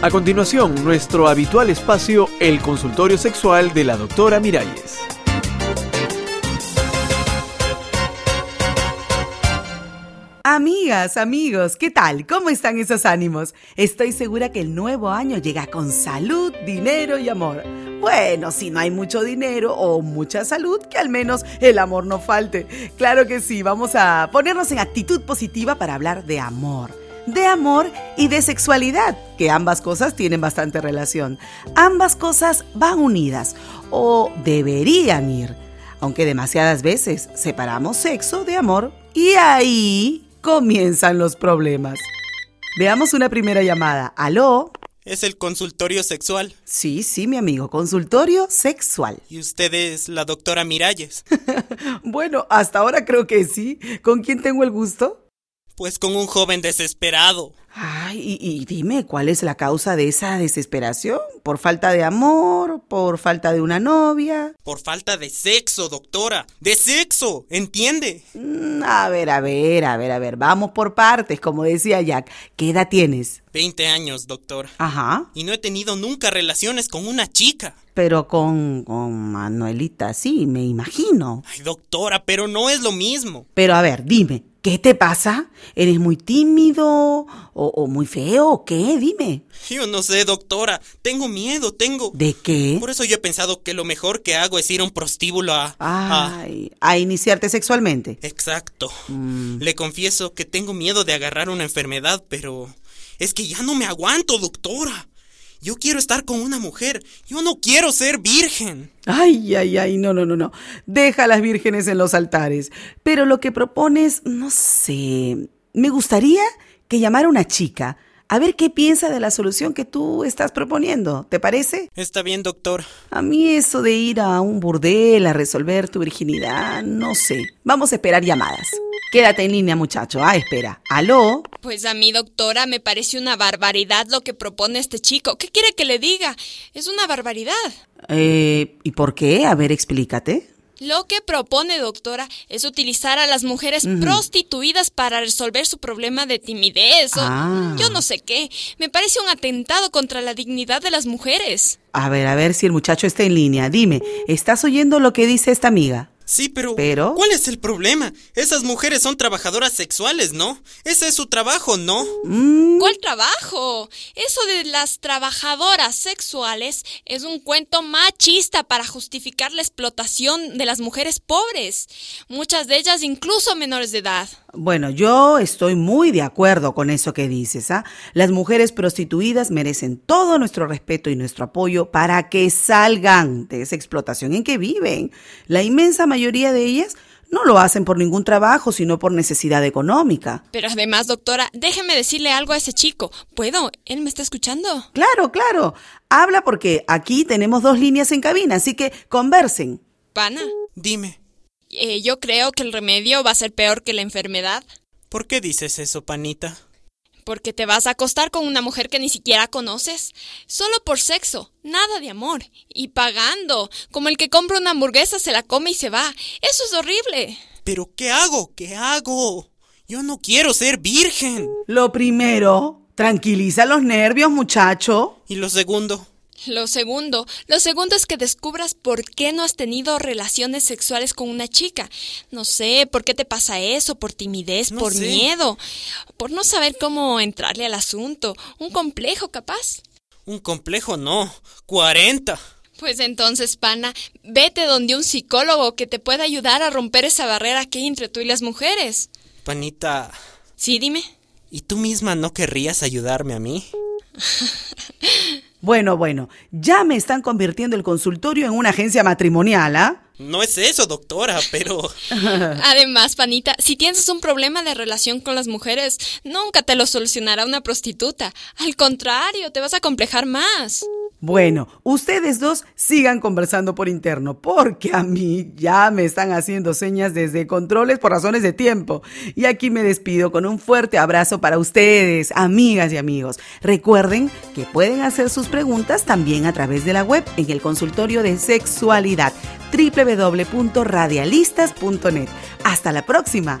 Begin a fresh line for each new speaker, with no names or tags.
A continuación, nuestro habitual espacio, el consultorio sexual de la doctora Miralles.
Amigas, amigos, ¿qué tal? ¿Cómo están esos ánimos? Estoy segura que el nuevo año llega con salud, dinero y amor. Bueno, si no hay mucho dinero o mucha salud, que al menos el amor no falte. Claro que sí, vamos a ponernos en actitud positiva para hablar de amor de amor y de sexualidad, que ambas cosas tienen bastante relación. Ambas cosas van unidas o deberían ir, aunque demasiadas veces separamos sexo de amor y ahí comienzan los problemas. Veamos una primera llamada. ¿Aló?
Es el consultorio sexual.
Sí, sí, mi amigo, consultorio sexual.
¿Y usted es la doctora Miralles?
bueno, hasta ahora creo que sí. ¿Con quién tengo el gusto?
Pues con un joven desesperado.
Ay, y, y, dime, ¿cuál es la causa de esa desesperación? ¿Por falta de amor? ¿Por falta de una novia?
Por falta de sexo, doctora. De sexo, ¿entiende?
Mm, a ver, a ver, a ver, a ver. Vamos por partes, como decía Jack. ¿Qué edad tienes?
20 años, doctora.
Ajá.
Y no he tenido nunca relaciones con una chica.
Pero con, con Manuelita, sí, me imagino.
Ay, doctora, pero no es lo mismo.
Pero a ver, dime, ¿Qué te pasa? ¿Eres muy tímido o, o, muy feo o qué? Dime.
Yo no sé, doctora. Tengo miedo, tengo.
¿De qué?
Por eso yo he pensado que lo mejor que hago es ir a un prostíbulo a...
Ay, a, a iniciarte sexualmente.
Exacto. Mm. Le confieso que tengo miedo de agarrar una enfermedad, pero... Es que ya no me aguanto, doctora. Yo quiero estar con una mujer. Yo no quiero ser virgen.
Ay, ay, ay, no, no, no, no. Deja a las vírgenes en los altares. Pero lo que propones, no sé. Me gustaría que llamara a una chica. A ver qué piensa de la solución que tú estás proponiendo. ¿Te parece?
Está bien, doctor.
A mí eso de ir a un burdel a resolver tu virginidad, no sé. Vamos a esperar llamadas. Quédate en línea, muchacho. Ah, espera. ¿Aló?
Pues a mí, doctora, me parece una barbaridad lo que propone este chico. ¿Qué quiere que le diga? Es una barbaridad.
Eh, ¿y por qué? A ver, explícate.
Lo que propone, doctora, es utilizar a las mujeres uh -huh. prostituidas para resolver su problema de timidez o ah. yo no sé qué. Me parece un atentado contra la dignidad de las mujeres.
A ver, a ver si el muchacho está en línea. Dime, ¿estás oyendo lo que dice esta amiga?
Sí, pero,
pero,
¿Cuál es el problema? Esas mujeres son trabajadoras sexuales, ¿no? Ese es su trabajo, ¿no?
Mm.
¿Cuál trabajo? Eso de las trabajadoras sexuales es un cuento machista para justificar la explotación de las mujeres pobres, muchas de ellas incluso menores de edad.
Bueno, yo estoy muy de acuerdo con eso que dices. ¿ah? ¿eh? Las mujeres prostituidas merecen todo nuestro respeto y nuestro apoyo para que salgan de esa explotación en que viven. La inmensa mayoría de ellas no lo hacen por ningún trabajo, sino por necesidad económica.
Pero además, doctora, déjeme decirle algo a ese chico. ¿Puedo? ¿Él me está escuchando?
Claro, claro. Habla porque aquí tenemos dos líneas en cabina, así que conversen.
Pana.
Dime.
Eh, yo creo que el remedio va a ser peor que la enfermedad.
¿Por qué dices eso, panita?
Porque te vas a acostar con una mujer que ni siquiera conoces, solo por sexo, nada de amor, y pagando, como el que compra una hamburguesa, se la come y se va. Eso es horrible.
Pero ¿qué hago? ¿Qué hago? Yo no quiero ser virgen.
Lo primero, tranquiliza los nervios, muchacho.
Y lo segundo,
lo segundo, lo segundo es que descubras por qué no has tenido relaciones sexuales con una chica. No sé, ¿por qué te pasa eso? ¿Por timidez? No ¿Por sé. miedo? ¿Por no saber cómo entrarle al asunto? ¿Un complejo capaz?
Un complejo no, cuarenta.
Pues entonces, pana, vete donde un psicólogo que te pueda ayudar a romper esa barrera que hay entre tú y las mujeres.
Panita.
Sí, dime.
¿Y tú misma no querrías ayudarme a mí?
Bueno, bueno, ya me están convirtiendo el consultorio en una agencia matrimonial, ¿ah?
¿eh? No es eso, doctora, pero...
Además, panita, si tienes un problema de relación con las mujeres, nunca te lo solucionará una prostituta. Al contrario, te vas a complejar más.
Bueno, ustedes dos sigan conversando por interno, porque a mí ya me están haciendo señas desde controles por razones de tiempo. Y aquí me despido con un fuerte abrazo para ustedes, amigas y amigos. Recuerden que pueden hacer sus preguntas también a través de la web en el consultorio de sexualidad www.radialistas.net. Hasta la próxima.